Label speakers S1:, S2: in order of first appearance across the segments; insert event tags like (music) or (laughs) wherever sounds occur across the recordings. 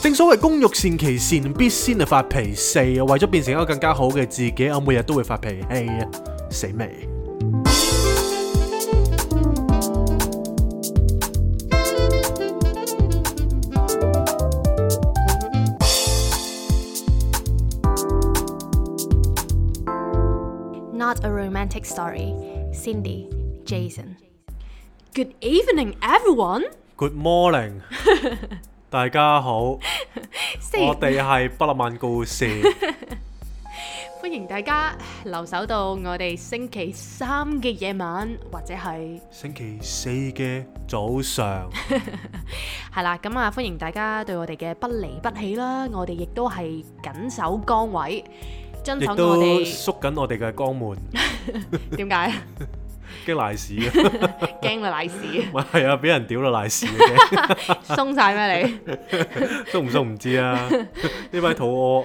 S1: 正所謂工欲善其事，必先係發脾氣啊！為咗變成一個更加好嘅自己，我每日都會發脾氣啊！死未？
S2: Not a romantic story. Cindy, Jason.
S3: Good evening, everyone。
S1: Good morning，大家好，我
S3: 星期
S1: 哋係不浪漫故
S3: (laughs)
S1: 事，
S3: 歡迎大家留守到我哋星期三嘅夜晚，或者係
S1: 星期四嘅早上，
S3: 係啦。咁啊，歡迎大家對我哋嘅不離不棄啦。我哋亦都係緊守崗位，遵
S1: 亦
S3: 守我
S1: 都
S3: 哋
S1: 縮緊我哋嘅肛門，
S3: (laughs) 點解
S1: 驚賴屎啊！
S3: 驚佢
S1: (laughs)
S3: 賴屎
S1: 咪係啊，俾人屌到賴屎嘅啫。
S3: (laughs) 鬆晒咩
S1: 鬆唔鬆唔知啊！呢位肚屙，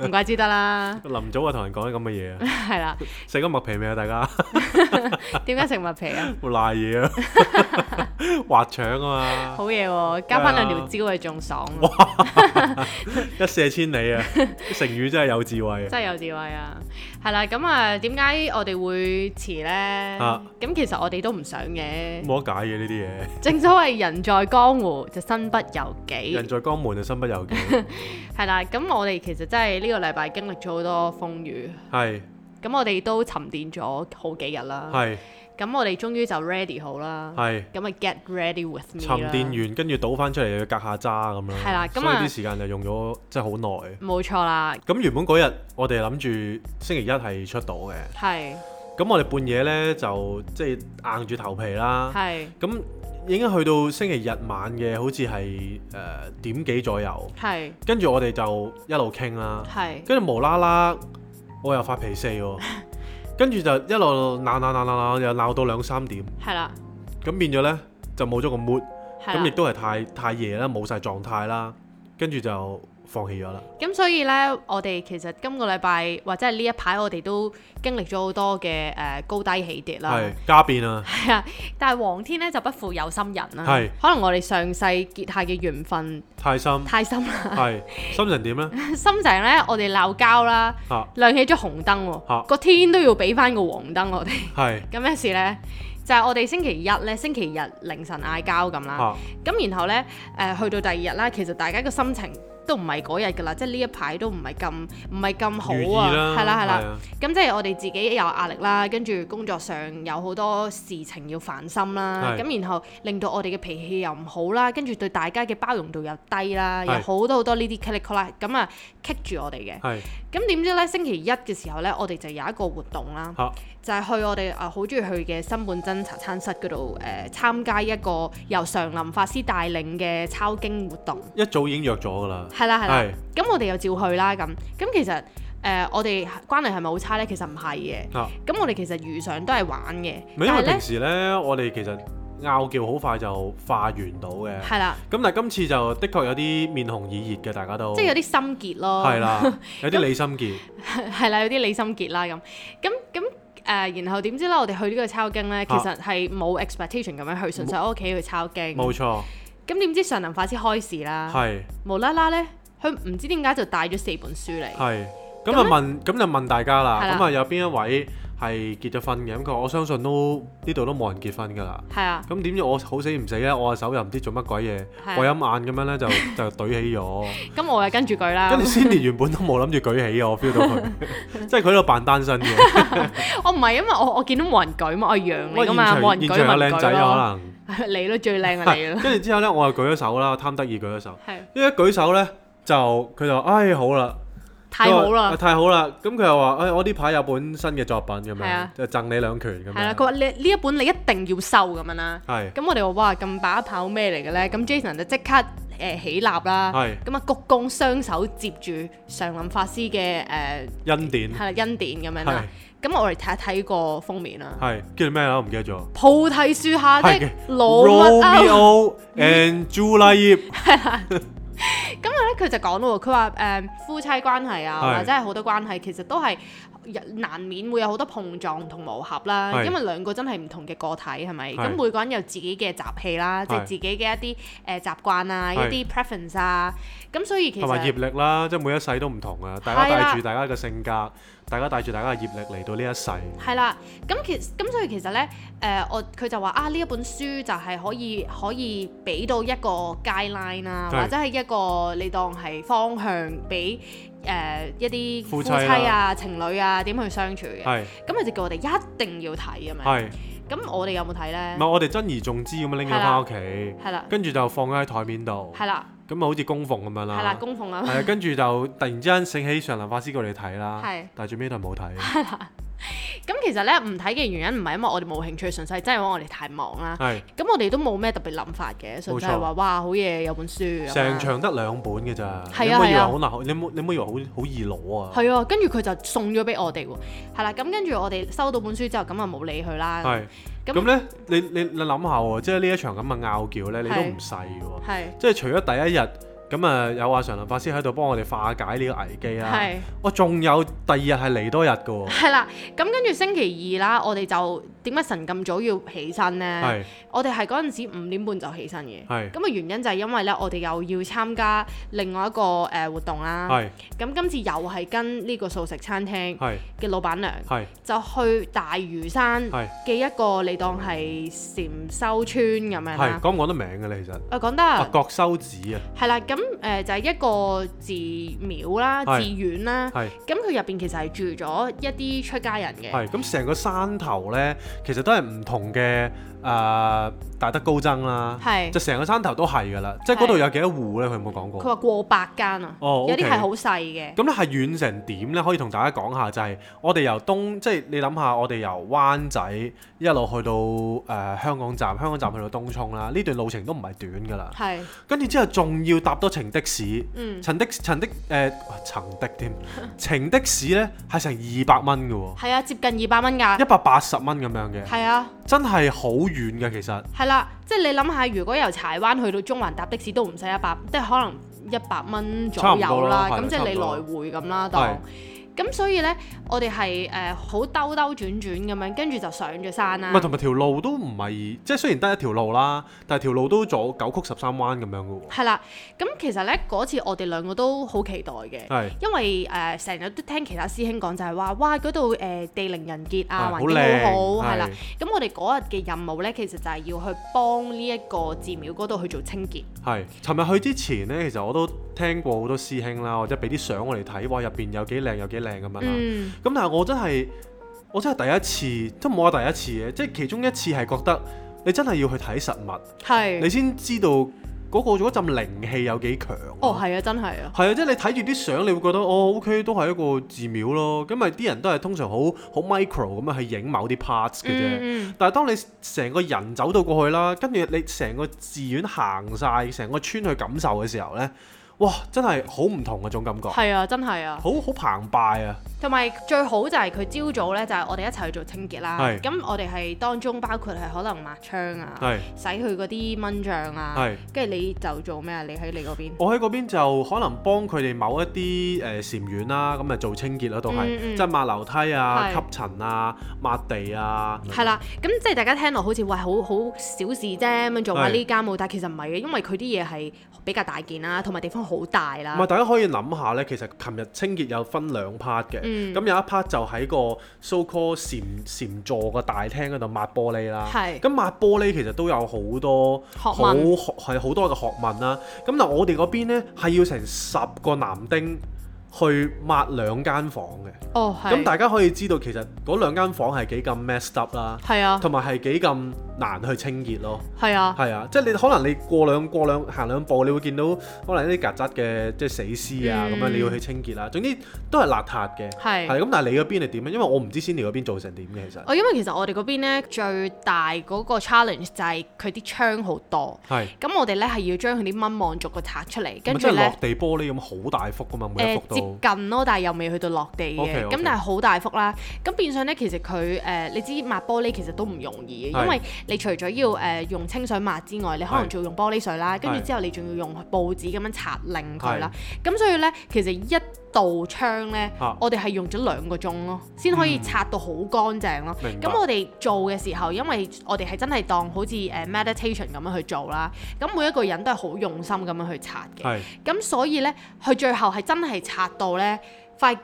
S3: 你？唔怪之得啦，
S1: 臨早啊同人講啲咁嘅
S3: (laughs)
S1: 嘢啊，
S3: 係啦。
S1: 食咗麥皮未啊？
S3: (laughs)
S1: 大家
S3: 點解食麥皮啊？
S1: 會賴
S3: (laughs)
S1: 嘢啊，滑腸啊嘛，
S3: 好嘢喎，加翻兩條蕉係仲爽，啊
S1: 一瀉千里
S3: (laughs)
S1: 啊！啲成語真係有智慧啊！
S3: 真係有智慧啊！係啦，咁啊，點解我哋會遲
S1: 啊
S3: 呢？咁其實我哋都唔想嘅。
S1: 冇得解嘅呢啲
S3: 正所謂人在江湖就身不由
S1: 嘢，人
S3: 己，
S1: 在江門就身不由己，
S3: 係啦。咁我哋其實真係呢個禮拜經歷咗好多風雨，
S1: 係
S3: 咁我哋都沉澱咗好幾日啦。
S1: 係
S3: 咁我哋終於就 ready 好啦，
S1: 係
S3: 咁啊 get ready with me
S1: 沉
S3: 啦
S1: 澱完，跟住倒翻出嚟又要隔下渣咁樣，
S3: 係啦咁
S1: 所以
S3: 啊
S1: 啲時間就用咗真係好耐。
S3: 冇錯啦，
S1: 咁原本嗰日我哋諗住星期一係出到嘅，
S3: 係
S1: 咁我哋半夜呢，就即係硬住頭皮啦。
S3: 係
S1: 咁已經去到星期日晚嘅，好似係誒點幾左右，
S3: 係
S1: 跟住我哋就一路傾啦，
S3: 係
S1: 跟住無啦啦我又發脾氣喎，
S3: (laughs)
S1: 跟住就一路鬧鬧鬧鬧鬧，又鬧到兩三點，
S3: 係啦，
S1: 咁變咗呢，就冇咗個 mood，
S3: 係啊
S1: 咁亦
S3: 啦。
S1: 都係太太夜啦，冇晒狀態啦，跟住就放棄咗啦，
S3: 咁所以呢，我哋其實今個禮拜或者係呢一排，我哋都經歷咗好多嘅誒、呃高低起跌啦
S1: 係。家變啊，
S3: 係啊，但係皇天呢就不負有心人啦。
S1: 係
S3: 可能我哋上世結下嘅緣分
S1: 太深
S3: 太深啦。 (laughs)
S1: 係心情點呢？啊
S3: 心成呢，我哋鬧交啦，
S1: 嚇
S3: 亮起咗紅燈喎、
S1: 嚇
S3: 個天都要俾翻個黃燈我哋。
S1: 係
S3: 咁咩事呢？就係、我哋星期一呢，星期日凌晨嗌交咁啦。
S1: 嚇
S3: 咁、然後呢，誒、去到第二日啦，其實大家個心情都唔係嗰日㗎啦，即係呢一排都唔係咁唔係咁好
S1: 如意
S3: 啊，
S1: 啦，
S3: 係啦係啦
S1: 係。啊
S3: 咁即係我哋自己有壓力啦，跟住工作上有好多事情要煩心啦，
S1: 係
S3: 咁然後令到我哋嘅脾氣又唔好啦，跟住對大家嘅包容度又低
S1: 係
S3: 啦，有好多好多呢啲 click 啦，咁啊棘住我哋嘅。
S1: 係
S3: 咁點知呢？星期一嘅時候呢，我哋就有一個活動啦，
S1: 嚇
S3: 就係去我哋啊好中意去嘅新本真茶餐室嗰度誒參加一個由常林法師帶領嘅抄經活動。
S1: 一早已經約咗㗎啦，
S3: 係啦係啦，
S1: 係
S3: 咁我哋又照去啦咁。咁其實誒、呃我哋關係係咪好差呢？其實唔係嘅。
S1: 啊。
S3: 咁我哋其實遇上都係玩嘅，
S1: 唔係
S3: 但
S1: 因
S3: 係
S1: 為
S3: 咧
S1: 平時咧，我哋其實拗撬好快就化完到嘅。咁
S3: 係啦，
S1: 但係今次就的確有啲面紅耳熱嘅，大家都
S3: 即係有啲心結咯，
S1: 哦係，啦，有啲李心結
S3: (laughs) 係啦，有啲理心結啦咁，咁咁誒，然後點知咧，我哋去呢個抄經
S1: 啊
S3: 咧，其實係冇 expectation 咁樣去，純粹喺屋企去抄經。
S1: 冇錯，
S3: 咁點知上林法師開始啦，
S1: 係
S3: 無啦啦咧，佢唔知點解就帶咗四本書嚟，
S1: 係。咁就問，咁就問大家啦。
S3: 係啦
S1: 咁啊，有邊一位係結咗婚嘅？咁佢話我相信都呢度都冇人結婚㗎啦。
S3: 係啊，
S1: 咁點知我好死唔死咧？我啊手又唔知做乜鬼嘢，
S3: 係
S1: 鬼陰眼咁樣
S3: (laughs)
S1: 咧就就懟起咗。
S3: 咁我又跟住佢啦
S1: 跟住，Cindy 原本都冇諗住舉起嘅，我 feel 到
S3: (laughs)
S1: 佢，即係佢喺度扮單身嘅。
S3: 我唔係因為我我見到冇人舉嘛，我係讓你
S1: 喂
S3: 㗎嘛，冇人
S1: 現
S3: 舉
S1: 場有
S3: 咪唔
S1: 靚仔
S3: 舉咯，
S1: 啊，可能。
S3: (laughs) 你咯最靚係你
S1: 係 (laughs)
S3: 咯，
S1: 跟住之後呢，我又啊舉咗手啦，貪得意舉咗手。
S3: 係
S1: 一舉手呢，就佢就話：唉，好啦，
S3: 太好
S1: 佢話啊
S3: 啦，
S1: 太好啦！咁佢又話：哎唉，我呢排有本新嘅作品咁
S3: 係啊
S1: 樣，就贈你兩拳咁
S3: 係
S1: 樣。
S3: 啦，佢話你呢一本你一定要收咁樣啦。
S1: 係
S3: 咁我哋話哇咁把炮咩嚟嘅呢？咁 Jason 就即刻誒、呃起立啦，
S1: 係
S3: 咁啊鞠躬雙手接住常林法師嘅誒
S1: 恩典
S3: 係啦恩典咁樣啦
S1: 嗯係。
S3: 咁我哋睇一睇個封面啦，
S1: 係叫咩啊？我唔記得咗。
S3: 菩提樹下
S1: 係
S3: 的
S1: 嘅
S3: 羅密歐。
S1: Romeo and
S3: 嗯
S1: Juliet
S3: 咁啊佢就講咯喎，佢話誒夫妻關係啊，
S1: 係
S3: 或者係好多關係，其實都係呃難免會有好多碰撞同磨合啦。
S1: 係
S3: 因為兩個真係唔同嘅個體係咪？
S1: 係
S3: 咁每個人有自己嘅習氣啦，即係
S1: 係
S3: 自己嘅一啲誒習慣啊，一
S1: 係
S3: 啲 preference 啊。咁所以其
S1: 同埋
S3: 實
S1: 業力啦，即係每一世都唔同啊！大家
S3: 係啦
S1: 帶住大家嘅性格，大家帶住大家嘅業力嚟到呢一世，
S3: 係啦，咁其咁所以其實咧，誒、我佢就話啊，呢一本書就係可以可以俾到一個 guideline 啦，
S1: 係
S3: 或者係一個你當係方向俾誒、一啲
S1: 夫
S3: 夫
S1: 妻
S3: 妻
S1: 啦
S3: 啊、情侶啊點去相處嘅。
S1: 係
S3: 咁佢就叫我哋一定要睇咁樣。
S1: 係。
S3: 咁我哋有冇睇
S1: 唔
S3: 咧？
S1: 係我哋珍而重之咁樣拎咗
S3: 係啦
S1: 翻屋企，
S3: 係啦，
S1: 跟住就放咗喺台面度，
S3: 係啦，
S1: 咁啊好似供奉咁樣
S3: 係啦，
S1: 啦。
S3: 供奉啊。
S1: 係啊，跟住就突然之間醒起上林法師叫你睇啦
S3: 係，
S1: 但係最尾都係冇睇。
S3: 咁其實咧唔睇嘅原因唔係因為我哋冇興趣，純粹係真係因為我哋太忙啦。
S1: 係
S3: 咁我哋都冇咩特別諗法嘅，純粹
S1: 冇錯
S3: 係話哇好嘢有本書咁樣
S1: 成場得兩本嘅咋，
S3: 係啊
S1: 你唔好以為
S3: 係啊
S1: 好難，你唔好你唔好以為好好易攞啊。
S3: 係啊，跟住佢就送咗俾我哋喎，係啦，咁跟住我哋收到本書之後，咁啊冇理佢啦，
S1: 係
S3: 咁
S1: 咁咧，你你你諗下喎，即係呢一場咁嘅拗撬咧，你都唔細喎。
S3: 係
S1: 即係除咗第一日咁啊，有阿常林法師喺度幫我哋化解呢個危機啦。
S3: 係
S1: 我仲有第二日係嚟多日嘅喎。
S3: 係啦，咁跟住星期二啦，我哋就點解神咁早要起身呢？
S1: 係
S3: 我哋係嗰陣時五點半就起身嘅，
S1: 係
S3: 咁嘅原因就係因為咧，我哋又要參加另外一個誒、呃活動啦，
S1: 係
S3: 咁今次又係跟呢個素食餐廳
S1: 係
S3: 嘅老闆娘
S1: 係
S3: 就去大嶼山
S1: 係
S3: 嘅一個你當係禪修村咁樣
S1: 係
S3: 啦，
S1: 講唔講得名嘅咧？其實
S3: 啊講得
S1: 啊，郭修子啊，
S3: 係啦，咁誒、呃就係、一個寺廟啦、
S1: 係
S3: 寺院啦，
S1: 係。
S3: 咁佢入邊其實係住咗一啲出家人嘅，
S1: 係咁成個山頭咧，其實都係唔同嘅誒、呃大德高僧啦，
S3: 係
S1: 就成個山頭都係㗎啦。即係嗰度有幾多戶咧？佢有冇講
S3: 佢
S1: 過？
S3: 話過百間啊，
S1: 哦
S3: 有啲
S1: OK
S3: 係好細嘅，
S1: 咁咧係遠成點咧？可以同大家講下，就係、我哋由東，即係你諗下，我哋由灣仔一路去到誒、呃香港站，香港站去到東涌啦，呢段路程都唔係短㗎啦。
S3: 係
S1: 跟住之後仲要搭多程的士，
S3: 嗯
S1: 程的程的誒、呃、程的
S3: (laughs)
S1: 添，程的士咧係成二百蚊㗎
S3: 係啊，接近二百蚊
S1: 喎，一
S3: 㗎，
S1: 百八十蚊咁樣嘅，
S3: 係啊，
S1: 真係好遠嘅其實。
S3: 係啦，即係你諗下，如果由柴灣去到中環搭的士都唔使一百，即係可能一百蚊左
S1: 差唔多啦
S3: 右啦，
S1: 係啦
S3: 咁即係你
S1: 差
S3: 來
S1: 唔
S3: 回咁
S1: 係
S3: 啦，當。咁所以呢，我哋係誒好兜兜轉轉咁樣，跟住就上咗山啦
S1: 唔係，。同埋條路都唔係，即係雖然得一條路啦，但係條路都左九曲十三彎咁樣嘅喎。
S3: 係啦，咁其實咧嗰次我哋兩個都好期待嘅，
S1: 係
S3: 因為誒成日都聽其他師兄講就係話，哇嗰度誒地靈人傑啊，
S1: 係
S3: 環境好
S1: 靚
S3: 好係啦
S1: 係。
S3: 咁我哋嗰日嘅任務咧，其實就係要去幫呢一個寺廟嗰度去做清潔，
S1: 係，尋日去之前呢，其實我都聽過好多師兄啦，或者俾啲相我哋睇，哇入邊有幾靚有幾靚咁樣啦。咁、
S3: 嗯，
S1: 但係我真係我真係第一次，都冇話第一次嘅，即係其中一次係覺得你真係要去睇實物，你
S3: 係，
S1: 先知道嗰、個嗰陣靈氣有幾強。
S3: 哦係啊，真係啊，
S1: 係啊，即係你睇住啲相，你會覺得哦，OK，都係一個寺廟咯。咁咪啲人都係通常好好 micro 咁樣去影某啲 parts 嘅啫。
S3: 嗯嗯，
S1: 但係當你成個人走到過去啦，跟住你成個寺院行晒，成個村去感受嘅時候呢，哇！真係好唔同嗰種感覺，好
S3: 係啊，真係啊。
S1: 好澎湃啊！
S3: 同埋最好就係佢朝早咧，就係我哋一齊去做清潔啦
S1: 係。
S3: 咁我哋係當中包括係可能抹窗啊，
S1: 係
S3: 洗佢嗰啲蚊帳啊，
S1: 係，
S3: 跟住你就做咩啊？你喺你嗰邊。
S1: 我喺嗰邊就可能幫佢哋某一啲誒、呃、禪院啦，咁啊做清潔啦，都係、
S3: 嗯嗯
S1: 即係抹樓梯啊、
S3: 係嗯
S1: 吸塵啊、抹地啊，
S3: 係啦，咁即係大家聽落好似喂好好小事啫咁樣做下
S1: 係
S3: 呢間冇，但係其實唔係嘅，因為佢啲嘢係比較大件啦，同埋地方好大啦
S1: 唔係，。大家可以諗下咧，其實琴日清潔有分兩 part 嘅，咁、
S3: 嗯
S1: 有一 part 就喺個 so called 禪禪座個大廳嗰度抹玻璃啦。
S3: 係
S1: 咁抹玻璃其實都有好多
S3: 學
S1: 好
S3: 問
S1: 學係好多嘅學問啦。咁嗱，我哋嗰邊咧係要成十個男丁去抹兩間房嘅。
S3: 哦，
S1: 咁
S3: 係，
S1: 大家可以知道其實嗰兩間房係幾咁 messed up 啦，
S3: 係啊，
S1: 同埋係幾咁難去清潔咯。
S3: 係啊，
S1: 係啊，即係你可能你過兩過兩行兩步，你會見到可能一啲曱甴嘅即係死屍啊咁樣，
S3: 嗯
S1: 你要去清潔啦。總之都係邋遢嘅。係
S3: 係
S1: 咁，啊但係你嗰邊係點咧？因為我唔知 Cindy 嗰邊做成點嘅，其實
S3: 哦，因為其實我哋嗰邊咧最大嗰個 challenge 就係佢啲窗好多，
S1: 係
S3: 咁我哋咧係要將佢啲蚊網逐個拆出嚟，
S1: 咪
S3: 跟
S1: 即
S3: 住
S1: 係落
S3: 咧
S1: 地玻璃咁好大幅噶嘛，每一
S3: 誒
S1: 幅都
S3: 接接近咯，但係又未去到落地嘅。
S1: OK，OK
S3: 咁但係好大幅啦。咁變相咧，其實佢誒、呃你知抹玻璃其實都唔容易嘅，
S1: 係
S3: 因為你除咗要誒、呃用清水抹之外，你可能
S1: 係
S3: 仲要用玻璃水啦，跟住
S1: 係
S3: 之後你仲要用報紙咁樣擦令佢啦。咁所以咧，其實一道窗咧，
S1: 啊嗯
S3: 我哋係用咗兩個鐘咯，先可以擦到好乾淨咯。
S1: 明白
S3: 咁我哋做嘅時候，因為我哋係真係當好似誒呃 meditation 咁樣去做啦，咁每一個人都係好用心咁樣去擦嘅。
S1: 係
S3: 咁所以咧，佢最後係真係拆到咧塊誒、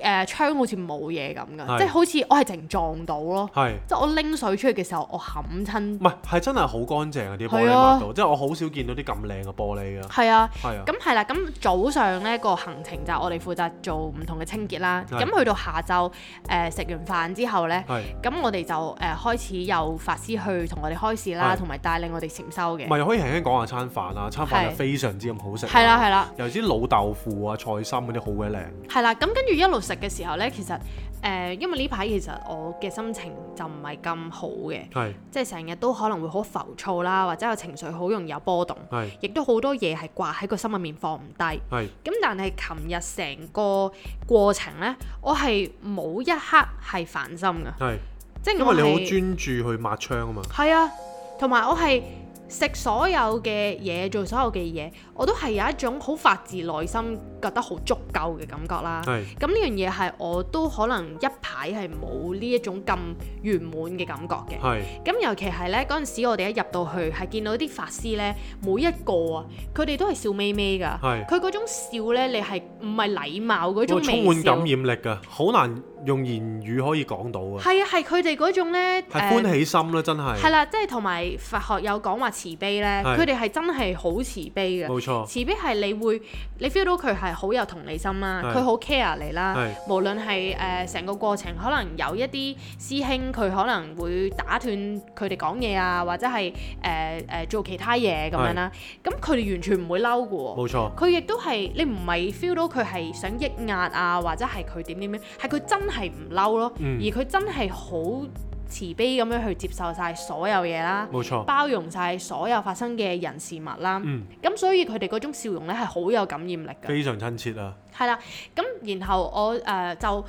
S3: 呃窗好似冇嘢咁
S1: 係
S3: 噶，即係好似我係淨撞到咯，
S1: 係。
S3: 即係我拎水出去嘅時候，我冚親
S1: 唔。係，係真係好乾淨啊！啲玻璃
S3: 係啊
S1: 抹到，即係我好少見到啲咁靚嘅玻璃啊。
S3: 係啊，
S1: 係啊，
S3: 咁係啦，咁早上呢個行程就係我哋負責做唔同嘅清潔啦。
S1: 係
S3: 咁去到下晝誒食完飯之後呢，
S1: 係
S3: 咁我哋就誒、呃、開始有法師去同我哋開示啦，
S1: 係
S3: 同埋帶領我哋禪修嘅
S1: 唔。係可以輕輕講下餐飯啊？餐飯
S3: 係
S1: 就非常之咁好食。啊
S3: 係啦，係啦。
S1: 尤其啲老豆腐啊、菜心嗰啲好鬼靚。
S3: 係啦，咁跟住一路食嘅時候呢，其實誒、呃因為呢排其實我嘅心情就唔係咁好嘅，
S1: 係
S3: 即係成日都可能會好浮躁啦，或者有情緒好容易有波動，
S1: 係
S3: 亦都好多嘢係掛喺個心入面放唔低。
S1: 係
S3: 咁但係琴日成個過程呢，我係冇一刻係煩心㗎，
S1: 係，
S3: 即係
S1: 因
S3: 我
S1: 為你好
S3: 係
S1: 專注去抹窗啊嘛。
S3: 係啊，同埋我係食所有嘅嘢，做所有嘅嘢，我都係有一種好發自內心覺得好足夠嘅感覺啦。
S1: 係
S3: 咁呢樣嘢係我都可能一排係冇呢一種咁圓滿嘅感覺嘅。
S1: 係
S3: 咁尤其係呢嗰陣時，我哋一入到去係見到啲法師呢，每一個啊，佢哋都係笑眯眯㗎。
S1: 係
S3: 佢嗰種笑呢，你係唔係禮貌嗰種
S1: 哇充滿
S3: 微
S1: 感
S3: 笑
S1: 染？力㗎，好難用言語可以講到啊。
S3: 係啊，係佢哋嗰種呢。
S1: 係
S3: 誒
S1: 歡喜心啦，真
S3: 係
S1: 係。
S3: 啦，即係同埋佛學有講話慈悲呢，
S1: 係
S3: 佢哋係真係好慈悲嘅。
S1: 冇錯，
S3: 慈悲係你會，你 feel 到佢係好有同理心啦，
S1: 係
S3: 佢好 care 你啦
S1: 係。
S3: 無論係誒成個過程，可能有一啲師兄佢可能會打斷佢哋講嘢啊，或者係誒誒做其他嘢咁樣啦。咁佢哋完全唔會嬲嘅喎。
S1: 冇錯，
S3: 佢亦都係你唔係 feel 到佢係想抑壓啊，或者係佢點點點，係佢真係唔嬲咯，
S1: 嗯
S3: 而佢真係好慈悲咁樣去接受晒所有嘢啦，
S1: 冇錯。
S3: 包容晒所有發生嘅人事物啦。
S1: 嗯，
S3: 咁所以佢哋嗰種笑容咧係好有感染力㗎，
S1: 非常親切啊。
S3: 係啦。咁然後我誒、呃就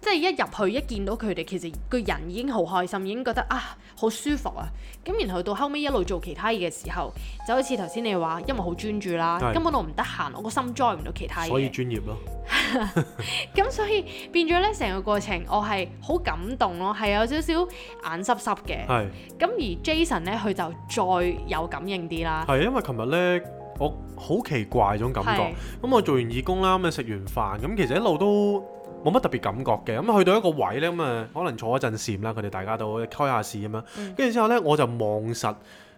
S3: 即係一入去一見到佢哋，其實個人已經好開心，已經覺得啊好舒服啊。咁然後到後尾一路做其他嘢嘅時候，就好似頭先你話，因為好專注啦
S1: 係，
S3: 根本我唔得閒，我個心 join 唔到其他
S1: 所以
S3: 嘢。
S1: 專業咯。
S3: 咁所以變咗咧，成個過程我係好感動咯，係有少少眼濕濕嘅。
S1: 係
S3: 咁而 Jason 咧，佢就再有感應啲啦。
S1: 係，因為琴日咧，我好奇怪種感覺
S3: 係。
S1: 咁我做完義工啦，咁啊食完飯，咁其實一路都冇乜特別感覺嘅。咁去到一個位咧，咁啊可能坐一陣禪啦，佢哋大家都開下視咁樣。
S3: 嗯
S1: 跟住之後咧，我就望實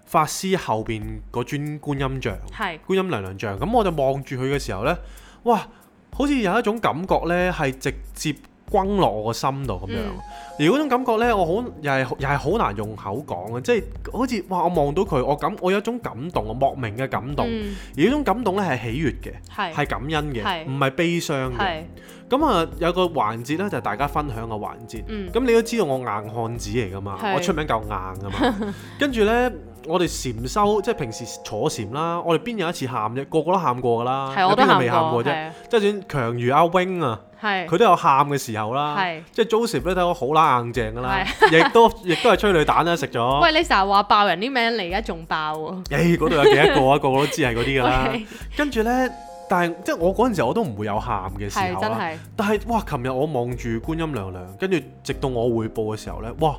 S1: 法師後邊嗰尊觀音像，
S3: 係
S1: 觀音娘娘像。咁我就望住佢嘅時候咧，哇！好似有一種感覺咧，係直接轟落我個心度咁樣。
S3: 嗯
S1: 而嗰種感覺咧，我好又係又係好難用口講嘅，啊即係好似哇！我望到佢，我感我有一種感動，我莫名嘅感動。
S3: 嗯
S1: 而嗰種感動咧係喜悅嘅。
S3: 係
S1: 係感恩嘅，
S3: 係
S1: 唔係悲傷嘅。
S3: 係
S1: 咁啊，有個環節咧，就係大家分享嘅環節。
S3: 嗯
S1: 咁你都知道我硬漢子嚟噶嘛，
S3: 係
S1: 我出名夠硬噶
S3: (laughs)
S1: 嘛。跟住呢，我哋禪修即係平時坐禪啦，我哋邊有一次喊啫？個個都喊過噶啦，
S3: 係
S1: 有
S3: 我都
S1: 邊個
S3: 喊
S1: 未喊過
S3: 過
S1: 啫？
S3: 啫，
S1: 即係就算強如阿 wing 啊，
S3: 係
S1: 佢都有喊嘅時候啦。
S3: 係。
S1: 即係 Joseph 咧睇我好乸硬正噶啦，亦都亦都係催淚彈啦，食咗。
S3: (laughs) 喂，你成日話爆人啲名，你而家仲爆喎。
S1: 誒，嗰度有幾多個啊？個個都知係嗰啲噶
S3: (laughs)
S1: 啦
S3: OK。
S1: 跟住呢，但係即係我嗰陣時我都唔會有喊嘅時
S3: 係
S1: 候
S3: 真
S1: 啦。
S3: 係，
S1: 但係哇，琴日我望住觀音娘娘，跟住直到我匯報嘅時候呢，哇！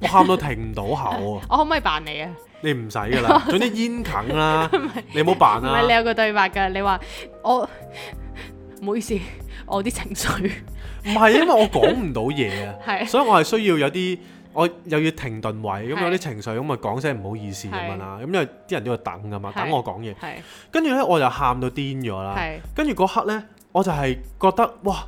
S1: 我喊到停唔到口
S3: (laughs)
S1: 啊！
S3: 我可唔可以扮你啊？
S1: 你唔使噶啦，總之煙啃啦，你唔好扮啊
S3: (laughs) 唔係你
S1: 啦。
S3: 有個對白㗎，你話我唔好
S1: (laughs)
S3: 意思，我啲情緒
S1: 唔係因為我講唔到嘢啊，
S3: (laughs) 係
S1: 所以我係需要有啲，我又要停頓位，咁
S3: 係
S1: 有啲情緒，咁咪啊講聲唔好意思咁樣啦。咁因為啲人都要等噶嘛，
S3: 係
S1: 等我講嘢。
S3: 係
S1: 跟住呢，我就喊到癲咗啦。
S3: 係
S1: 跟住嗰刻呢，我就係覺得哇，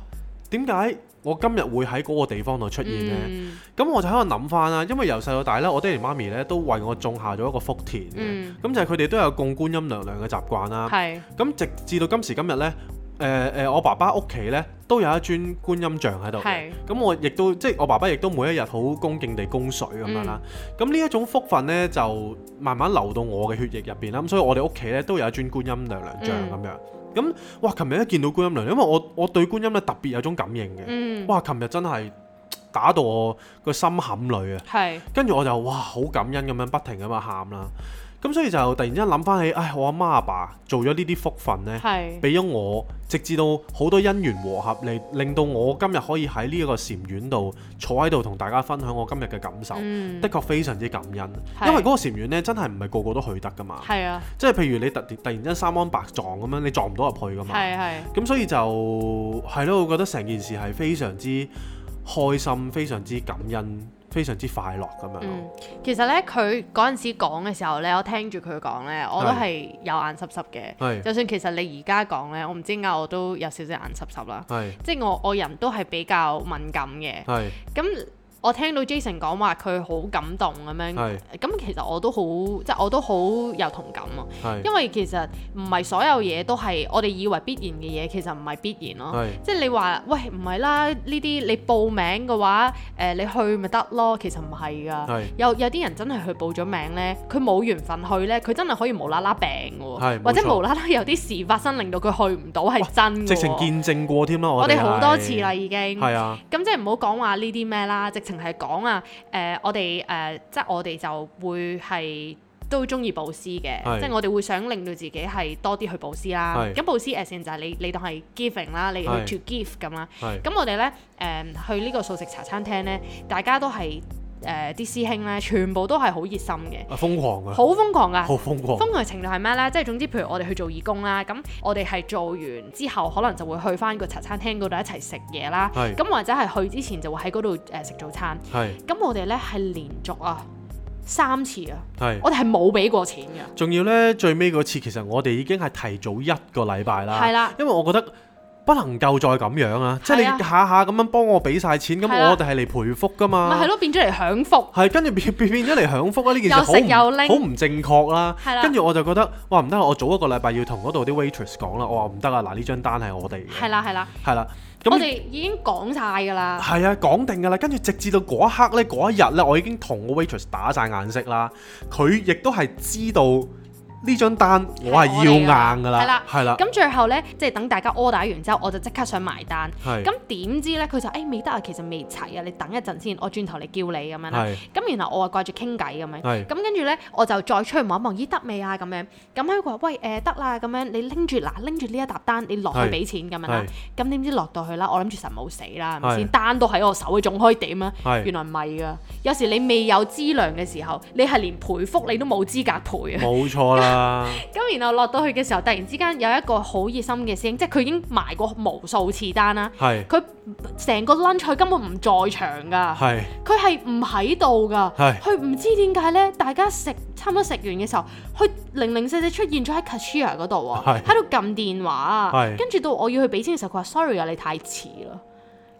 S1: 點解我今日會喺嗰個地方度出現呢？
S3: 嗯
S1: 咁我就喺度諗翻啦，因為由細到大咧，我爹哋媽咪咧都為我種下咗一個福田嘅，咁、
S3: 嗯
S1: 就係佢哋都有供觀音娘娘嘅習慣啦。
S3: 係
S1: 咁直至到今時今日咧，誒、誒、我爸爸屋企咧都有一尊觀音像喺度嘅
S3: 係。
S1: 咁我亦都即係我爸爸亦都每一日好恭敬地供水咁樣啦。
S3: 嗯
S1: 咁呢一種福分咧
S3: 嗯
S1: 就慢慢流到我嘅血液入邊啦。咁所以我哋屋企咧都有一尊觀音娘娘像咁樣。咁哇，琴日一見到觀音娘娘，因為我我對觀音咧特別有種感應嘅。
S3: 嗯，
S1: 哇！琴日真係打到我個心坎裏啊！
S3: 係
S1: 跟住我就哇好感恩咁樣不停咁樣喊啦。咁所以就突然之間諗翻起，唉，我阿媽阿爸做咗呢啲福分呢，
S3: 係
S1: 俾咗我，直至到好多因緣和合嚟，令到我今日可以喺呢一個禪院度坐喺度同大家分享我今日嘅感受，
S3: 嗯
S1: 的確非常之感恩。
S3: 係
S1: 因為嗰個禪院呢，真係唔係個個都去得噶嘛，
S3: 係啊，
S1: 即係譬如你突突然之間三安白撞咁樣，你撞唔到入去噶嘛。
S3: 係係
S1: 咁所以就係咯，我覺得成件事係非常之開心、非常之感恩、非常之快樂咁樣
S3: 嗯
S1: 咯。，
S3: 其實咧佢嗰陣時講嘅時候咧，我聽住佢講咧，我都係有眼濕濕嘅。
S1: 係
S3: 就算其實你而家講咧，我唔知點解我都有少少眼濕濕啦。
S1: 係
S3: 即係我我人都係比較敏感嘅。
S1: 係
S3: 咁我聽到 Jason 講話佢好感動咁樣
S1: 係，
S3: 咁其實我都好，即係我都好有同感啊。
S1: 係
S3: 因為其實唔係所有嘢都係我哋以為必然嘅嘢，其實唔係必然咯。
S1: 係
S3: 即係你話喂唔係啦，呢啲你報名嘅話，誒、你去咪得咯，其實唔係㗎。
S1: 係
S3: 有有啲人真係去報咗名呢，佢冇緣分去呢，佢真係可以無啦啦病嘅
S1: 係
S3: 喎，
S1: 冇
S3: 或者
S1: 錯
S3: 無啦啦有啲事發生令到佢去唔到係真嘅
S1: 直情
S3: 喎。
S1: 見證過添啦，
S3: 我哋
S1: 哋
S3: 好
S1: 係
S3: 多次啦，已經。
S1: 係啊，
S3: 咁即係唔好講話呢啲咩啦，直情係講啊誒、我哋誒、即係我哋就會係都中意佈施嘅，
S1: 係
S3: 即係我哋會想令到自己係多啲去佈施啦。
S1: 係
S3: 咁佈施 as in 就係你你當係 giving 啦，你
S1: 係
S3: 去 to give 咁啦。
S1: 係
S3: 咁我哋咧誒去呢個素食茶餐廳咧，大家都係誒啲師兄咧，全部都係好熱心嘅，
S1: 啊瘋狂啊，
S3: 好瘋狂㗎。
S1: 好瘋狂，
S3: 瘋狂嘅程度係咩呢？即係總之，譬如我哋去做義工啦，咁我哋係做完之後，可能就會去翻個茶餐廳嗰度一齊食嘢啦。
S1: 係
S3: 咁或者係去之前就會喺嗰度誒食早餐。
S1: 係
S3: 咁我哋呢係連續啊三次啊，
S1: 係。
S3: 我哋係冇俾過錢嘅。
S1: 仲要呢，最尾嗰次其實我哋已經係提早一個禮拜啦，
S3: 係啦
S1: 因為我覺得不能夠再咁樣啊，即係
S3: 係啊
S1: 你下下咁樣幫我俾晒錢，咁
S3: 係啦
S1: 我哋係嚟賠福噶嘛，
S3: 咪係咯，變咗嚟享福。
S1: 係跟住變 (laughs) 變變咗嚟享福啦！啊呢件事
S3: 又
S1: 好
S3: 食又
S1: 唔
S3: 拎
S1: 好唔正確啦
S3: 係啦。
S1: 跟住我就覺得哇唔得啦！我早一個禮拜要同嗰度啲 waitress 講啦，我話唔得啊！嗱呢張單係我哋嘅，
S3: 係啦係啦，
S1: 係啦。
S3: 我
S1: 咁
S3: 哋已經講晒㗎啦。
S1: 係啊，講定㗎啦。跟住直至到嗰一刻呢，嗰一日呢，我已經同個 waitress 打晒眼色啦。佢亦都係知道呢張單我係要硬㗎
S3: 係啦
S1: 啦，係啦，
S3: 咁最後呢，即係等大家 order 完之後，我就即刻想埋單。
S1: 係
S3: 咁點知呢？佢就誒、未得啊，其實未齊啊，你等一陣先，我轉頭嚟叫你咁樣啦
S1: 係。
S3: 咁然後我話掛住傾偈咁樣，
S1: 係
S3: 咁跟住咧我就再出去望一望，咦得未啊咁樣，咁佢話喂誒得啦咁樣，你拎住嗱拎住呢一沓單，你落去
S1: 係
S3: 俾錢咁樣啦
S1: 係，
S3: 咁點知落到去啦，我諗住實冇死啦，係咪
S1: 係
S3: 先單都喺我手，仲可以點啊？
S1: 係
S3: 原來唔係噶，有時你未有資糧嘅時候，你係連賠福你都冇資格賠啊！ (laughs)
S1: 冇錯啦，
S3: 咁然後落到去嘅時候，突然之間有一個好熱心嘅師兄，即係佢已經埋過無數次單啦， (laughs)
S1: 係
S3: 佢成個 lunch 佢根本唔在場㗎。
S1: 係
S3: 佢係唔喺度㗎，
S1: 係
S3: 佢唔知點解呢？大家食差唔多食完嘅時候，佢零零四四出現咗喺 cashier 嗰度啊，
S1: 係
S3: 喺度撳電話啊，
S1: 係
S3: 跟住到我要去俾錢嘅時候，佢話 sorry 啊，你太遲啦，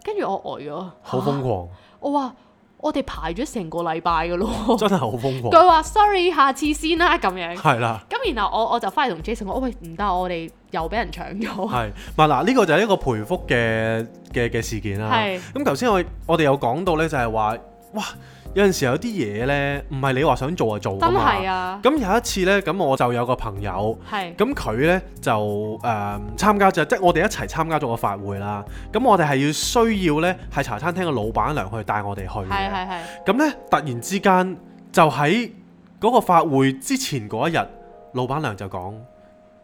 S3: 跟住我呆咗，
S1: 好瘋
S3: (laughs)
S1: 狂，
S3: 我話我哋排咗成個禮拜㗎咯喎，
S1: 真係好瘋狂，
S3: 佢話 sorry 下次先啦咁樣，
S1: 係啦。
S3: 咁然後我我就翻嚟同 Jason 講，我喂唔得，我哋又俾人搶咗，
S1: 係，咪嗱呢個就係一個賠福嘅嘅嘅事件啦。
S3: 係
S1: 咁頭先我我哋有講到呢，就係話，哇，有陣時有啲嘢呢，唔係你話想做就做㗎
S3: 真
S1: 嘛。
S3: 係啊，
S1: 咁有一次呢，咁我就有個朋友，
S3: 係
S1: 咁佢呢就誒、參加咗，即係我哋一齊參加咗個法會啦。咁我哋係要需要呢，係茶餐廳嘅老闆娘去帶我哋去
S3: 係
S1: 嘅。
S3: 係係，
S1: 咁呢，突然之間就喺嗰個法會之前嗰一日，老闆娘就講：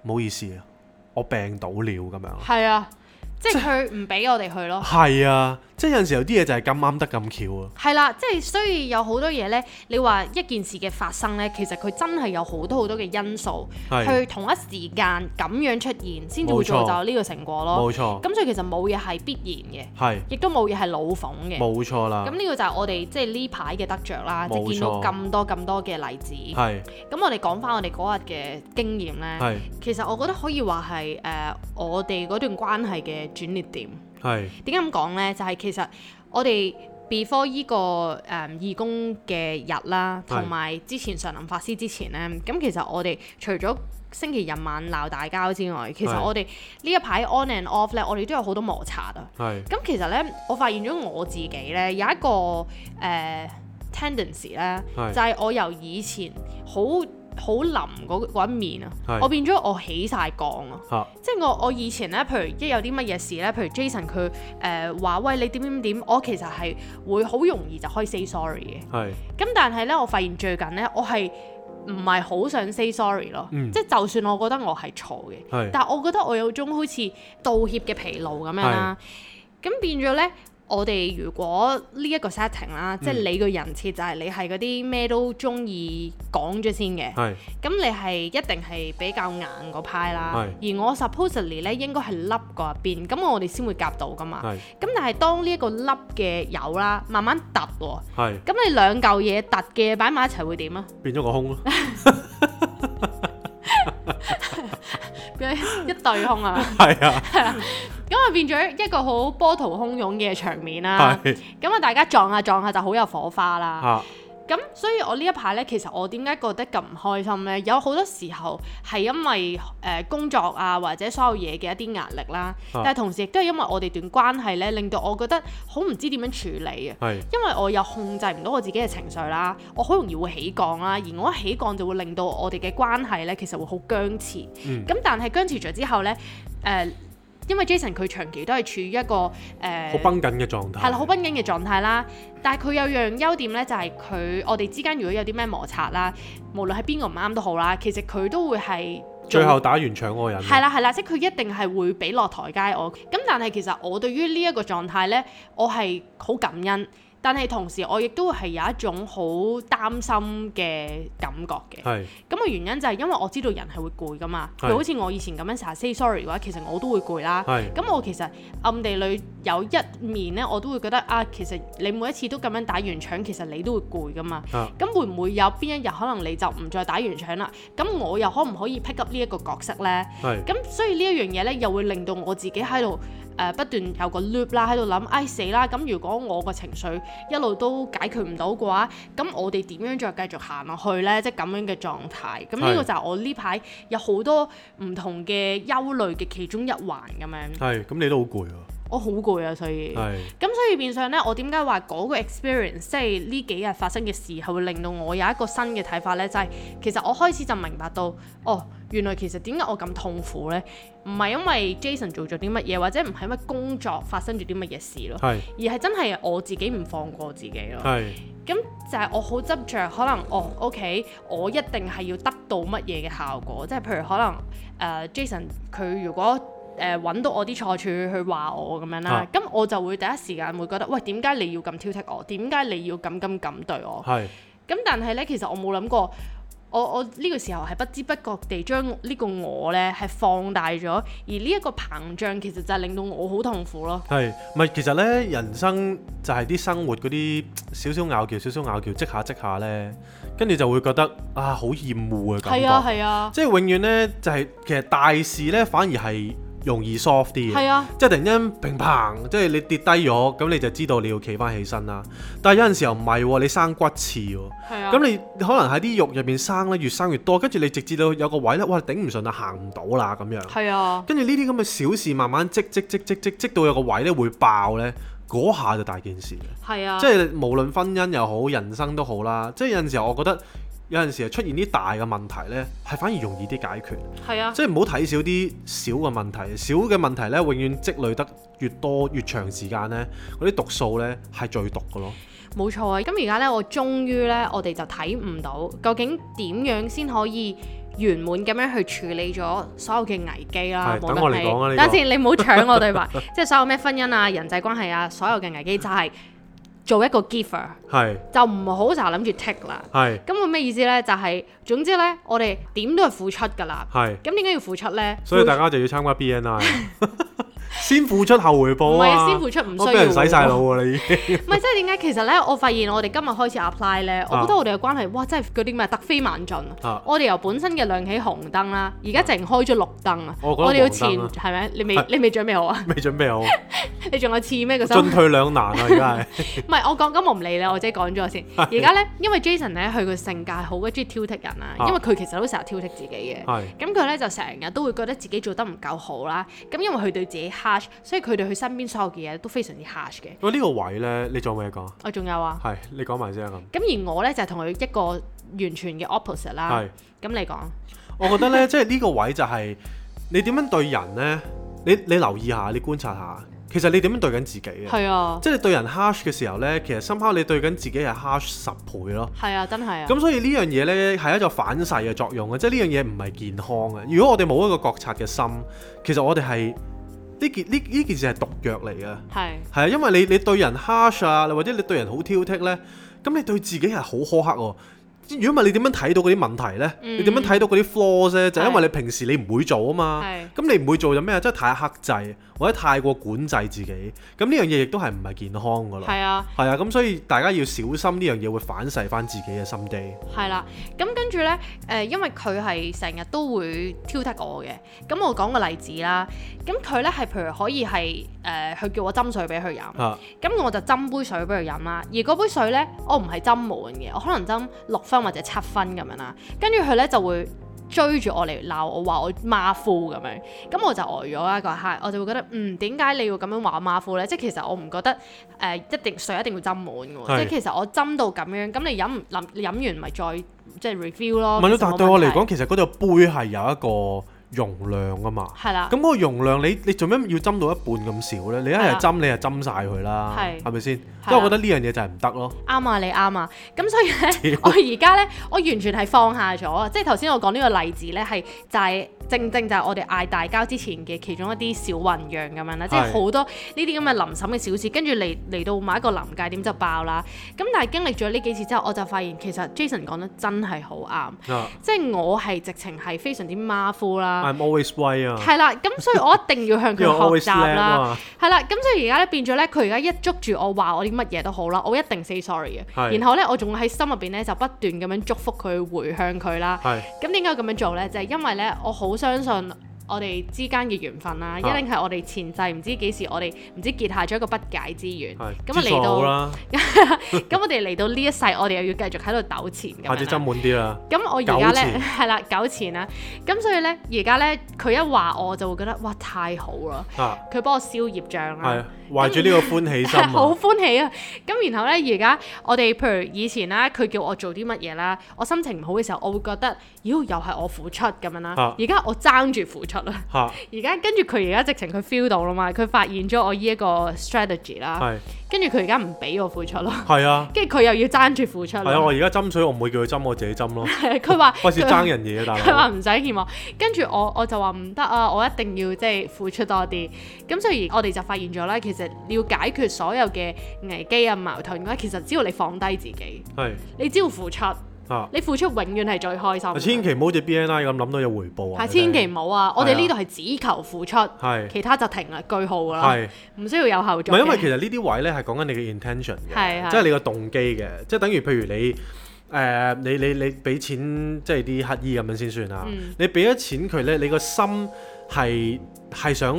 S1: 唔好意思啊，我病倒了咁樣。
S3: 係啊，即係佢唔俾我哋去咯。
S1: 係啊，即係有陣時有啲嘢就係咁啱得咁巧啊。
S3: (laughs) 係啦，即係所以有好多嘢呢，你話一件事嘅發生呢，其實佢真係有好多好多嘅因素，
S1: 係，
S3: 去同一時間咁樣出現，先至
S1: 冇
S3: 會
S1: 錯
S3: 造就呢個成果
S1: 冇
S3: 咯。
S1: 錯，
S3: 咁所以其實冇嘢係必然
S1: 係
S3: 嘅，亦都冇嘢係老諷嘅。
S1: 冇錯啦
S3: 咁。呢個就係我哋即係呢排嘅得着啦，即
S1: 冇錯
S3: 係見到咁多咁多嘅例子。
S1: 係
S3: 咁我哋講翻我哋嗰日嘅經驗呢，
S1: 係
S3: 其實我覺得可以話係誒我哋嗰段關係嘅轉捩點。
S1: 係
S3: 點解咁講呢？就係、其實我哋 before 依、個誒、義工嘅日啦，
S1: 係
S3: 同埋之前上林法師之前呢，咁其實我哋除咗星期日晚鬧大交之外，其實
S1: 係
S3: 我哋呢一排 on and off 呢，我哋都有好多摩擦啊。
S1: 係
S3: 咁其實呢，我發現咗我自己呢，有一個誒、呃 tendency 呢，
S1: 係
S3: 就係我由以前好好腍嗰嗰一面啊
S1: 係，
S3: 我變咗我起晒槓啊！
S1: 嚇
S3: 即係我我以前咧，譬如一有啲乜嘢事咧，譬如 Jason 佢誒話喂你點點點，我其實係會好容易就可以 say sorry
S1: 係
S3: 嘅。咁但係咧，我發現最近咧，我係唔係好想 say sorry 咯。
S1: 嗯
S3: 即係就算我覺得我係錯
S1: 係
S3: 嘅，但係我覺得我有種好似道歉嘅疲勞咁樣啦。咁變咗咧。我哋如果呢一個 setting 啦，即
S1: 嗯
S3: 係你個人設就係你係嗰啲咩都中意講咗先嘅，
S1: 係
S3: 咁你係一定係比較硬嗰派啦，而
S1: 係
S3: 我 supposedly 咧應該係凹嗰一邊，咁我哋先會夾到噶嘛。
S1: 係
S3: 咁但係當呢一個凹嘅油啦，慢慢突喎，
S1: 係
S3: 咁你兩嚿嘢突嘅擺埋一齊會點啊？
S1: 變咗個空咯，
S3: 變咗 (laughs) 一對空啊，
S1: 係啊
S3: 咁啊變咗一個好波濤洶湧嘅場面啦。
S1: 係
S3: 咁啊大家撞下撞下就好有火花啦。
S1: 嚇
S3: 咁所以我呢一排呢，其實我點解覺得咁唔開心呢？有好多時候係因為誒、呃工作啊，或者所有嘢嘅一啲壓力啦，
S1: 啊
S3: 但係同時亦都係因為我哋段關係呢，令到我覺得好唔知點樣處理啊。
S1: 係
S3: 因為我又控制唔到我自己嘅情緒啦，我好容易會起降啦，而我一起降就會令到我哋嘅關係呢，其實會好僵持。咁、
S1: 嗯
S3: 但係僵持咗之後呢，誒、呃因為 Jason 佢長期都係處於一個誒。呃
S1: 好繃緊嘅狀態，
S3: 係啦，好繃緊嘅狀態啦。但係佢有樣優點咧，就係佢我哋之間如果有啲咩摩擦啦，無論係邊個唔啱都好啦，其實佢都會係做
S1: 最後打完場嗰個人
S3: 係啦係啦，即係佢一定係會俾落台階我。咁但係其實我對於呢一個狀態咧，我係好感恩，但係同時我亦都係有一種好擔心嘅感覺嘅。
S1: 係
S3: 咁嘅原因就係因為我知道人係會攰噶嘛，
S1: 啊係
S3: 佢好似我以前咁樣成日 say sorry 嘅話，其實我都會攰啦。
S1: 係
S3: 咁我其實暗地裏有一面咧，我都會覺得啊，其實你每一次都咁樣打完場，其實你都會攰噶嘛。
S1: 啊
S3: 咁會唔會有邊一日可能你就唔再打完場啦？咁我又可唔可以 pick up 呢一個角色呢？
S1: 係
S3: 咁所以呢一樣嘢呢，又會令到我自己喺度誒不斷有個 loop 啦，喺度諗，唉死啦！咁如果我個情緒一路都解決唔到嘅話，咁我哋點樣再繼續行落去呢？即係咁樣嘅狀態。咁呢
S1: 係
S3: 個就係我呢排有好多唔同嘅憂慮嘅其中一環咁樣。
S1: 係咁你都好攰喎，
S3: 我好攰啊，所以
S1: 係
S3: 咁所以變相呢，我點解話嗰個 experience 即係呢幾日發生嘅事，係會令到我有一個新嘅睇法呢？就係、其實我開始就明白到，哦，原來其實點解我咁痛苦呢？唔係因為 Jason 做咗啲乜嘢，或者唔係因為工作發生咗啲乜嘢事咯，
S1: 係
S3: 而係真係我自己唔放過自己咯。
S1: 係
S3: 咁就係我好執着，可能哦，OK，我一定係要得到乜嘢嘅效果，即係譬如可能誒、呃 Jason 佢如果誒揾、到我啲錯處去話我咁樣啦
S1: 啊，
S3: 咁、我就會第一時間會覺得，喂，點解你要咁挑剔我？點解你要咁咁咁對我？
S1: 係
S3: 咁但係咧，其實我冇諗過，我我呢個時候係不知不覺地將呢個我咧係放大咗，而呢一個膨脹其實就係令到我好痛苦咯。
S1: 係，唔係其實咧，人生就係啲生活嗰啲少少拗撬、少少拗撬，積下積下咧，跟住就會覺得啊好厭惡嘅感
S3: 係
S1: 覺，
S3: 啊，係啊，
S1: 即係永遠咧就係、其實大事咧反而係容易 soft 啲嘅
S3: 係。啊，
S1: 即係突然間平砰，即係你跌低咗，咁你就知道你要企翻起身啦。但係有陣時候唔係喎，你生骨刺喎，
S3: 係啊。
S1: 咁你可能喺啲肉入邊生咧，越生越多，跟住你直至到有個位咧，哇頂唔順啦，行唔到啦咁樣。
S3: 係啊，
S1: 跟住呢啲咁嘅小事慢慢積積積積積積到有個位咧會爆咧，嗰下就大件事嘅。
S3: 係啊
S1: 即，係無論婚姻又好，人生都好啦。即係有陣時候，我覺得有陣時候出現啲大嘅問題咧，係反而容易啲解決。
S3: 係啊。
S1: 即係唔好睇少啲小嘅問題，小嘅問題咧，永遠積累得越多越長時間咧，嗰啲毒素咧係最毒嘅咯。
S3: 冇錯啊！咁而家呢，我終於呢，我哋就睇唔到究竟點樣先可以圓滿咁樣去處理咗所有嘅危機
S1: 係
S3: 啦。無論
S1: 等我嚟
S3: 係
S1: 講啊呢個
S3: 等下先，你唔好搶我
S1: (laughs)
S3: 對白，即係所有咩婚姻啊、人際關係啊，所有嘅危機就係做一個 giver，
S1: 係
S3: 就唔好就諗住 take 啦。
S1: 係
S3: 咁我咩意思呢？就係、總之呢，我哋點都係付出㗎啦。
S1: 係，
S3: 咁點解要付出呢？
S1: 所以大家就要參加 BNI，先付出後回
S3: 唔
S1: 報
S3: 係
S1: 啊！
S3: 啊先付出唔需
S1: 我
S3: 要
S1: 俾人洗晒
S3: 喎
S1: 腦啊！你已經
S3: 唔係，即係點解？其實咧，我發現我哋今日開始 apply 咧，我覺得我哋嘅關係，哇！真係嗰啲咩突飛猛進
S1: 啊
S3: 我哋由本身嘅亮起紅燈啦，而家淨開咗綠燈啊！
S1: 我覺得
S3: 哋要
S1: 黃燈
S3: 前
S1: 啊
S3: 係咪？你未
S1: 係
S3: 你未準備好
S1: (laughs)
S3: 啊？
S1: 未準備好，
S3: 你仲有次咩個心？
S1: 進退兩難啊！而家係 (laughs)
S3: 唔係我講咁，我唔理啦，我自己講咗先。而家咧，因為 Jason 咧，佢個性格係好中意挑剔人啦，
S1: 啊
S3: 因為佢其實都成日挑剔自己嘅。
S1: 係
S3: 咁佢咧就成日都會覺得自己做得唔夠好啦，咁因為佢對自己 hard harsh，所以佢哋佢身邊所有嘅嘢都非常之 harsh 嘅。
S1: 喂，呢個位咧，你仲有冇嘢講？
S3: 我仲有啊，
S1: 係你講埋先啊
S3: 咁而我呢，就係同佢一個完全嘅 opposite
S1: 咁。
S3: 啦
S1: 係。，
S3: 咁你講，
S1: 我覺得咧，即係呢個 (laughs) 位就係你點樣對人呢？你你留意下，你觀察下，其實你點樣對緊自己嘅。
S3: 係啊，
S1: 即係你對人 harsh 嘅時候呢，其實深刻你對緊自己係 harsh 十倍咯。
S3: 係啊，真係啊。
S1: 咁所以呢樣嘢呢，係一個反噬嘅作用嘅，啊即係呢樣嘢唔係健康嘅。如果我哋冇一個覺察嘅心，其實我哋係呢件呢呢件事係毒藥嚟嘅。
S3: 係
S1: 係啊，因為你你對人 harsh 啊，或者你對人好挑剔呢，咁你對自己係好苛刻喎、如果唔係你點樣睇到嗰啲問題呢？
S3: 嗯
S1: 你點樣睇到嗰啲 flaws 咧？就係因
S3: 係
S1: 為你平時你唔會做啊嘛。
S3: 係
S1: 咁你唔會做就咩啊？即係太克制或者太過管制自己，咁呢樣嘢亦都係唔係健康噶啦。
S3: 係啊。
S1: 係啊，咁所以大家要小心呢樣嘢會反噬翻自己嘅心地。
S3: 係啦，咁跟住呢，誒、因為佢係成日都會挑剔我嘅，咁我講個例子啦。咁佢呢係譬如可以係誒，佢、叫我斟水俾佢飲，
S1: 啊，
S3: 咁我就斟杯水俾佢飲啦。而嗰杯水呢，我唔係斟滿嘅，我可能斟六分或者七分咁樣啦。跟住佢呢就會追住我嚟鬧我，話我馬虎咁樣。咁我就呆咗啦嗰一刻，我就會覺得嗯點解你要咁樣話我馬虎呢？即係其實我唔覺得誒、呃一定水一定要斟滿嘅喎，
S1: 係
S3: 即係其實我斟到咁樣，咁你飲唔諗飲完咪再即係 review 咯。
S1: 問到，
S3: 哦其實
S1: 但
S3: 冇
S1: 對我
S3: 問
S1: 嚟
S3: 題
S1: 講，其實嗰隻杯係有一個容量噶嘛。
S3: 係啦
S1: 咁，嗰個容量你你做咩要斟到一半咁少呢？你一
S3: 啊係
S1: 係
S3: 啊
S1: 斟你係斟晒佢啦，
S3: 係
S1: 係咪先？
S3: 啊
S1: 因為我覺得呢樣嘢就係唔得咯。
S3: 啱啊，你啱啊，咁所以咧，我而家咧，我完全係放下咗啊！即係頭先我講呢個例子咧，係就係、正正就係我哋嗌大交之前嘅其中一啲小醖釀咁樣啦，即係
S1: 係
S3: 好多呢啲咁嘅臨審嘅小事，跟住嚟嚟到某一個臨界點就爆啦。咁但係經歷咗呢幾次之後，我就發現其實 Jason 講得真係好啱，
S1: 啊
S3: 即係我係直情係非常之馬虎啦，
S1: ，I'm always way 啊，
S3: 係啦，咁所以我一定要
S1: (laughs)
S3: 向佢
S1: You're
S3: 學
S1: always
S3: 習
S1: lame
S3: 啦。
S1: 啊，
S3: 係啦，咁所以而家咧變咗咧，佢而家一捉住我話我啲乜嘢都好啦，我一定 say sorry
S1: 係
S3: 嘅。然後咧，我仲喺心入邊咧就不斷咁樣祝福佢，回向佢啦。
S1: 係
S3: 咁點解要咁樣做呢？就係、因為呢，我好相信我哋之間嘅緣分
S1: 啊
S3: 啦，一定係我哋前世唔知幾時，我哋唔知結下咗一個不解之緣。咁
S1: 係
S3: 啊。
S1: 知錯
S3: 嚟
S1: 好
S3: 到，
S1: 啦，
S3: (laughs) 咁我哋嚟到呢一世，我哋又要繼續喺度糾纏咁
S1: 下
S3: 啊
S1: 次
S3: 樣
S1: 斟
S3: 啦。
S1: 滿啲啦。
S3: 咁我而家
S1: 糾
S3: 呢，係啦，糾纏啦。咁所以呢，而家呢，佢一話我就會覺得哇太好啦，
S1: 啊，
S3: 佢幫我消業障啦。
S1: 係啊懷住呢個歡喜心
S3: 啊 (laughs) 好
S1: 啊，
S3: 歡喜啊！咁然後呢，而家我哋譬如以前啦，佢叫我做啲乜嘢啦，我心情唔好嘅時候，我會覺得，妖又係我付出咁樣
S1: 啊
S3: 啦。而家我爭住付出啦，
S1: 嚇
S3: 而家跟住佢而家直情佢 feel 到啦嘛，佢發現咗我呢一個 strategy 啦，
S1: 係
S3: 跟住佢而家唔俾我付出咯，
S1: 係啊
S3: 跟住佢又要爭住付出
S1: 係啊！我
S3: 啦。
S1: 而家斟水，我唔會叫佢斟，我自己斟咯。
S3: (laughs) 佢話
S1: 開始
S3: 佢
S1: 爭人嘢啊，
S3: (laughs) 佢
S1: 大
S3: 話
S1: 佬。
S3: 唔使欠我，跟住我我就話唔得啊，我一定要即係付出多啲。咁所以我哋就發現咗啦，其實要解決所有嘅危機啊矛盾嘅話，其實只要你放低自己，
S1: 係
S3: 你只要付出，
S1: 啊，
S3: 你付出永遠係最開心嘅。
S1: 千祈唔好好似 BNI 咁諗到有回報啊！
S3: 係千祈
S1: 唔
S3: 唔好啊！我哋呢度係只求付出，
S1: 係啊
S3: 其他就停啦，句號噶啦，
S1: 係。
S3: 唔需要有後續
S1: 唔係
S3: 嘅。
S1: 因為其實呢啲位咧係講緊你嘅 intention
S3: 係
S1: 嘅，
S3: 係
S1: 即係你個動機嘅，即係等於譬如你誒、呃你你你俾錢即係啲乞衣咁樣先算啦。
S3: 嗯
S1: 你俾咗錢佢咧，你個心係係想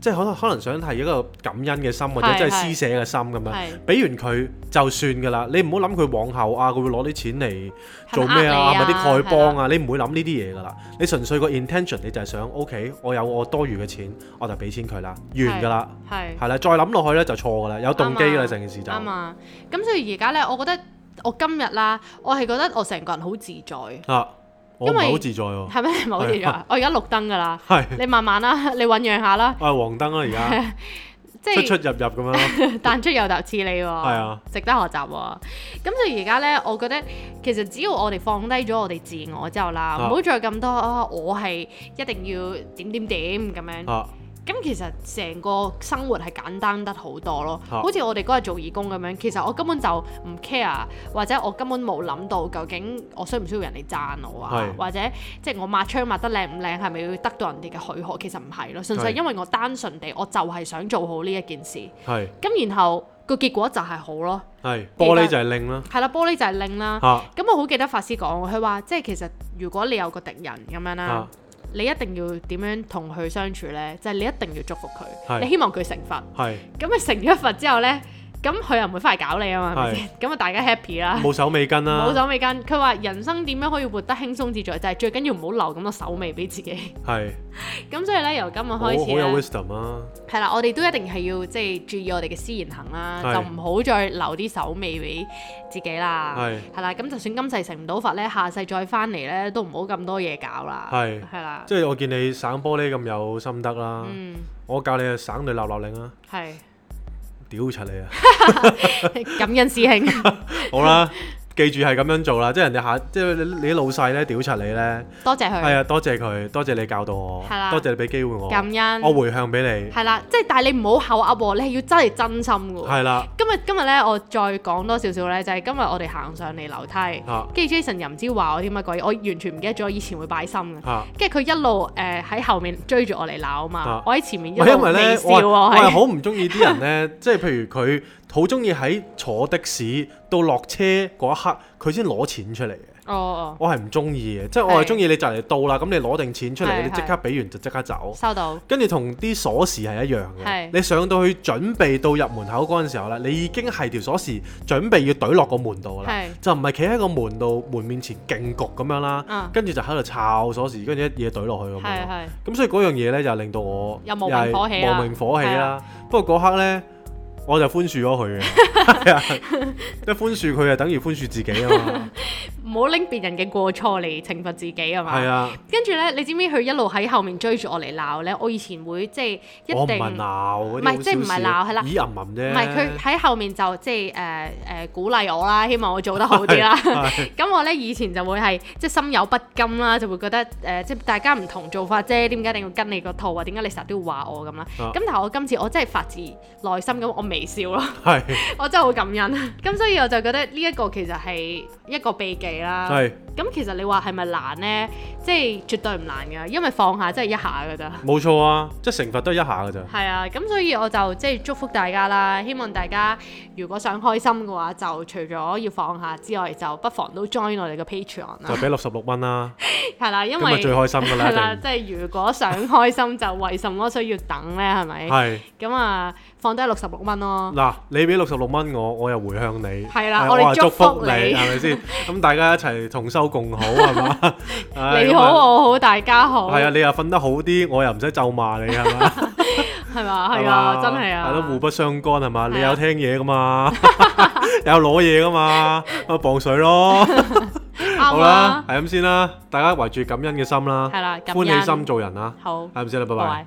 S1: 即係可能可能想係一個感恩嘅心或者
S3: 係
S1: 即係
S3: 係
S1: 施捨嘅心咁樣。
S3: 係
S1: 俾完佢就算㗎啦，你唔好諗佢往後啊，佢會攞啲錢嚟做咩啊，咪
S3: 係咪呃你啊
S1: 啲丐幫啊，你唔會諗呢啲嘢㗎啦。你純粹個 intention 你就係想，OK，我有我多餘嘅錢，我就俾錢佢啦，完㗎啦。
S3: 係
S1: 係啦，再諗落去咧就錯噶啦，有動機㗎
S3: 啱
S1: 啦，
S3: 啊
S1: 成件事就
S3: 啱啊！咁所以而家呢，我覺得我今日啦，我係覺得我成個人好自在，係
S1: 啊，我唔
S3: 因
S1: 哦
S3: 為
S1: 係啊好自在喎，
S3: 咪？係咪好自
S1: 係
S3: 在？
S1: (laughs)
S3: 我而家綠燈噶啦。
S1: 係
S3: 你慢慢啦， (laughs) 你醖釀下啦，
S1: 我係黃燈啦
S3: (laughs) 即
S1: 而家，出出入
S3: 係
S1: 入咁樣
S3: (laughs)
S1: 咯，
S3: 彈出又搭似你喎，
S1: 啊
S3: 值得學習喎。咁所以而家呢，我覺得其實只要我哋放低咗我哋自我之後啦，
S1: 啊
S3: 唔好再咁多啊，我係一定要點點點咁樣。
S1: 啊
S3: 咁其實成個生活係簡單得好多咯，
S1: 啊
S3: 好似我哋嗰日做義工咁樣，其實我根本就唔 care，或者我根本冇諗到究竟我需唔需要人哋讚我啊
S1: 係，
S3: 或者即係我抹槍抹得靚唔靚，係咪要得到人哋嘅許可？其實唔係咯，純粹
S1: 係
S3: 因為我單純地我就係想做好呢一件事，
S1: 係
S3: 咁然後個結果就係好咯，
S1: 係玻璃就係令啦，啊
S3: 係啦，玻璃就係令啦。
S1: 嚇
S3: 咁我好記得法師講喎，佢話即係其實如果你有個敵人咁樣啦。
S1: 嚇
S3: 你一定要點樣同佢相處呢？就係、你一定要祝福
S1: 係
S3: 佢，你希望佢成佛。
S1: 係
S3: 咁佢成咗佛之後呢，咁佢又唔會翻嚟搞你啊嘛，係咪先？咁啊，大家 happy 啦。
S1: 冇手尾跟啦
S3: 冇，手尾跟，佢話人生點樣可以活得輕鬆自在，就係、最緊要唔好留咁多手尾俾自己。 (laughs)
S1: 係
S3: 咁所以咧，由今日
S1: 好好
S3: 開始
S1: 有
S3: 咧，
S1: wisdom 啊，
S3: 係啦，我哋都一定係要即係注意我哋嘅私言行啦，
S1: 係
S3: 就唔好再留啲手尾俾自己啦。
S1: 係
S3: 係啦，咁就算今世成唔到佛咧，下世再翻嚟咧都唔好咁多嘢搞啦。
S1: 係
S3: 係啦，
S1: 即係我見你省玻璃咁有心得啦，
S3: 嗯
S1: 我教你啊省對立立令啊，
S3: 係
S1: 屌柒
S3: (laughs)
S1: 你啊！
S3: 感恩師
S1: (laughs)
S3: 兄，
S1: 好啦，記住係咁樣做啦，即係人哋下，即係你啲老細咧屌柒你咧，
S3: 多謝
S1: 係
S3: 佢，
S1: 啊，多謝佢，多謝你教導我，
S3: 係啦
S1: 多謝你俾機會我，
S3: 感恩
S1: 我回向俾你，
S3: 係啦，即係但係你唔好口噏喎，你係要真係真心嘅喎。
S1: 係啦，
S3: 今日今日咧，我再講多少少咧，就係、今日我哋行上嚟樓梯，
S1: 嚇
S3: 跟住 Jason 又唔知話我啲乜鬼，我完全唔記得咗以前會擺心嘅。
S1: 嚇。
S3: 跟住佢一路誒喺後面追住我嚟鬧啊嘛
S1: 啊，
S3: 我喺前面
S1: 唔
S3: 一
S1: 係因
S3: 路
S1: 為
S3: 微
S1: 咧，
S3: 笑
S1: 我係我
S3: 喎，
S1: 係
S3: 係
S1: 好唔中意啲人咧， (laughs) 即係譬如佢好中意喺坐的士到落車嗰一刻，佢先攞錢出嚟嘅。
S3: 哦
S1: 我係唔中意嘅，即係我係
S3: 係
S1: 中意你就嚟到啦，咁你攞定錢出嚟，
S3: 係
S1: 你即
S3: 係
S1: 刻俾完就即刻走
S3: 哦，。收到，
S1: 跟住同啲鎖匙係一樣嘅
S3: 係，
S1: 你上到去準備到入門口嗰陣時候咧，你已經係條鎖匙準備要懟落個門度啦
S3: 係，
S1: 就唔係企喺個門度門面前勁焗咁樣啦
S3: 嗯，
S1: 跟住就喺度抄鎖匙，跟住一嘢懟落去咁
S3: 係
S1: 樣。
S3: 係
S1: 咁所以嗰樣嘢咧就令到我
S3: 又無名火
S1: 又
S3: 起
S1: 係
S3: 啦
S1: 無名火起
S3: 係
S1: 啦
S3: 啊。
S1: 不過嗰刻咧，我就寬恕咗佢嘅，係啊，
S3: (laughs)
S1: 即係寬恕佢就等於寬恕自己啊嘛，
S3: 唔好拎別人嘅過錯嚟懲罰自己啊嘛。
S1: 係啊。
S3: 跟住咧，你知唔知佢一路喺後面追住我嚟鬧咧？我以前會即係
S1: 我
S3: 一
S1: 唔啊
S3: 定
S1: 係鬧嗰啲，
S3: 唔係即係唔係鬧係
S1: 啊
S3: 啦
S1: 以吟吟啫。
S3: 唔係佢喺後面就即係誒誒鼓勵我啦，希望我做得好啲啦。
S1: 係
S3: (laughs) 咁我咧以前就會係即係心有不甘啦，就會覺得誒、呃即係大家唔同做法啫，點解一定要跟你個套啊？點解你成日都要話我咁啦？
S1: 啊
S3: 咁、但係我今次我真係發自內心咁，我微笑咯， (laughs)
S1: 係
S3: 我真係好感恩。咁所以我就覺得呢一個其實係一個秘技啦。
S1: 係
S3: 咁其實你話係咪難呢？即係絕對唔難㗎，因為放下真係一下㗎咋。
S1: 冇錯啊，即係懲罰都係一下㗎咋。
S3: 係啊，咁所以我就即係祝福大家啦，希望大家如果想開心嘅話，就除咗要放下之外，就不妨都 join 我哋嘅 Patreon
S1: 就
S3: 啦，
S1: 俾六十六蚊啦，
S3: 係啦，因
S1: 咁咪最
S3: 為
S1: 開心㗎
S3: 係啦，
S1: 啦，一
S3: 即係如果想開心就為什麼需要等呢？係咪
S1: 定？係
S3: 咁啊，放低六十六蚊咯，
S1: 嗱，你俾六十六蚊我，我又回向你，
S3: 係啦
S1: 係
S3: 我哋
S1: 係
S3: 祝福
S1: 福
S3: 你
S1: 係咪
S3: (laughs)
S1: 先？咁大家一齊同修共好係嘛？唉
S3: 你好我好大家好，
S1: 咁啊啊係啊，你又瞓得好啲，我又唔使咒罵你係嘛？
S3: 係嘛， (laughs) 係
S1: 嘛
S3: 啊，真係啊，
S1: 係咯，互不相干係嘛？
S3: 係啊
S1: 你有聽嘢㗎
S3: (laughs)
S1: 嘛？有攞嘢㗎嘛？咁啊，磅水咯，好
S3: 啱啊
S1: 啦
S3: 啦，，
S1: 係咁先啦，大家懷住感恩嘅心啦，
S3: 係啦感
S1: 歡喜
S3: 恩
S1: 心做人啊，
S3: 好，
S1: 係咁先啦，拜
S3: 拜
S1: 拜
S3: 拜。。